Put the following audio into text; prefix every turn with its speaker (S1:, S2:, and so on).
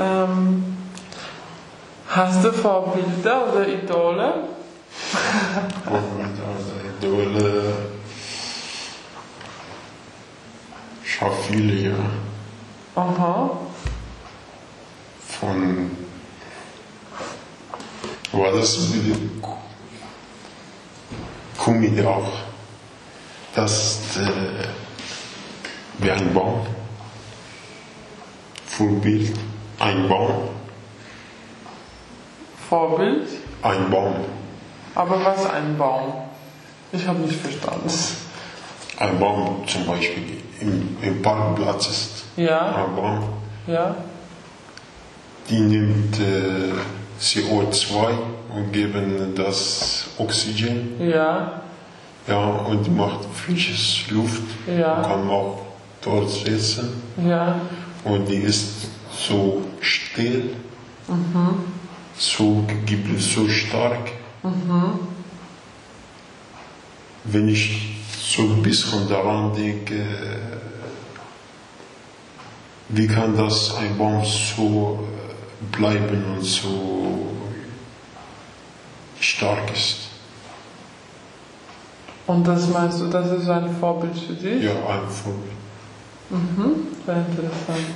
S1: Ähm, Hast du Vorbilder oder Idole?
S2: Vorbilder oder Idole. Schau viele, ja.
S1: Aha.
S2: Von. War das mit dem Ku- Kumid auch? Das ist äh, wie ein Baum. Vorbild, ein Baum,
S1: Vorbild?
S2: ein Baum.
S1: Aber was ein Baum? Ich habe nicht verstanden.
S2: Ein Baum zum Beispiel im, im Parkplatz ist
S1: Ja,
S2: ein Baum,
S1: ja.
S2: die nimmt äh, CO2 und geben das Oxygen
S1: Ja,
S2: ja, und macht frisches Luft. Man
S1: ja,
S2: kann auch dort sitzen
S1: ja,
S2: und die ist so still, so, gibt es so stark. Wenn ich so ein bisschen daran denke, äh, wie kann das ein Baum so äh, bleiben und so stark ist?
S1: Und das meinst du, das ist ein Vorbild für dich?
S2: Ja, ein Vorbild.
S1: Sehr interessant.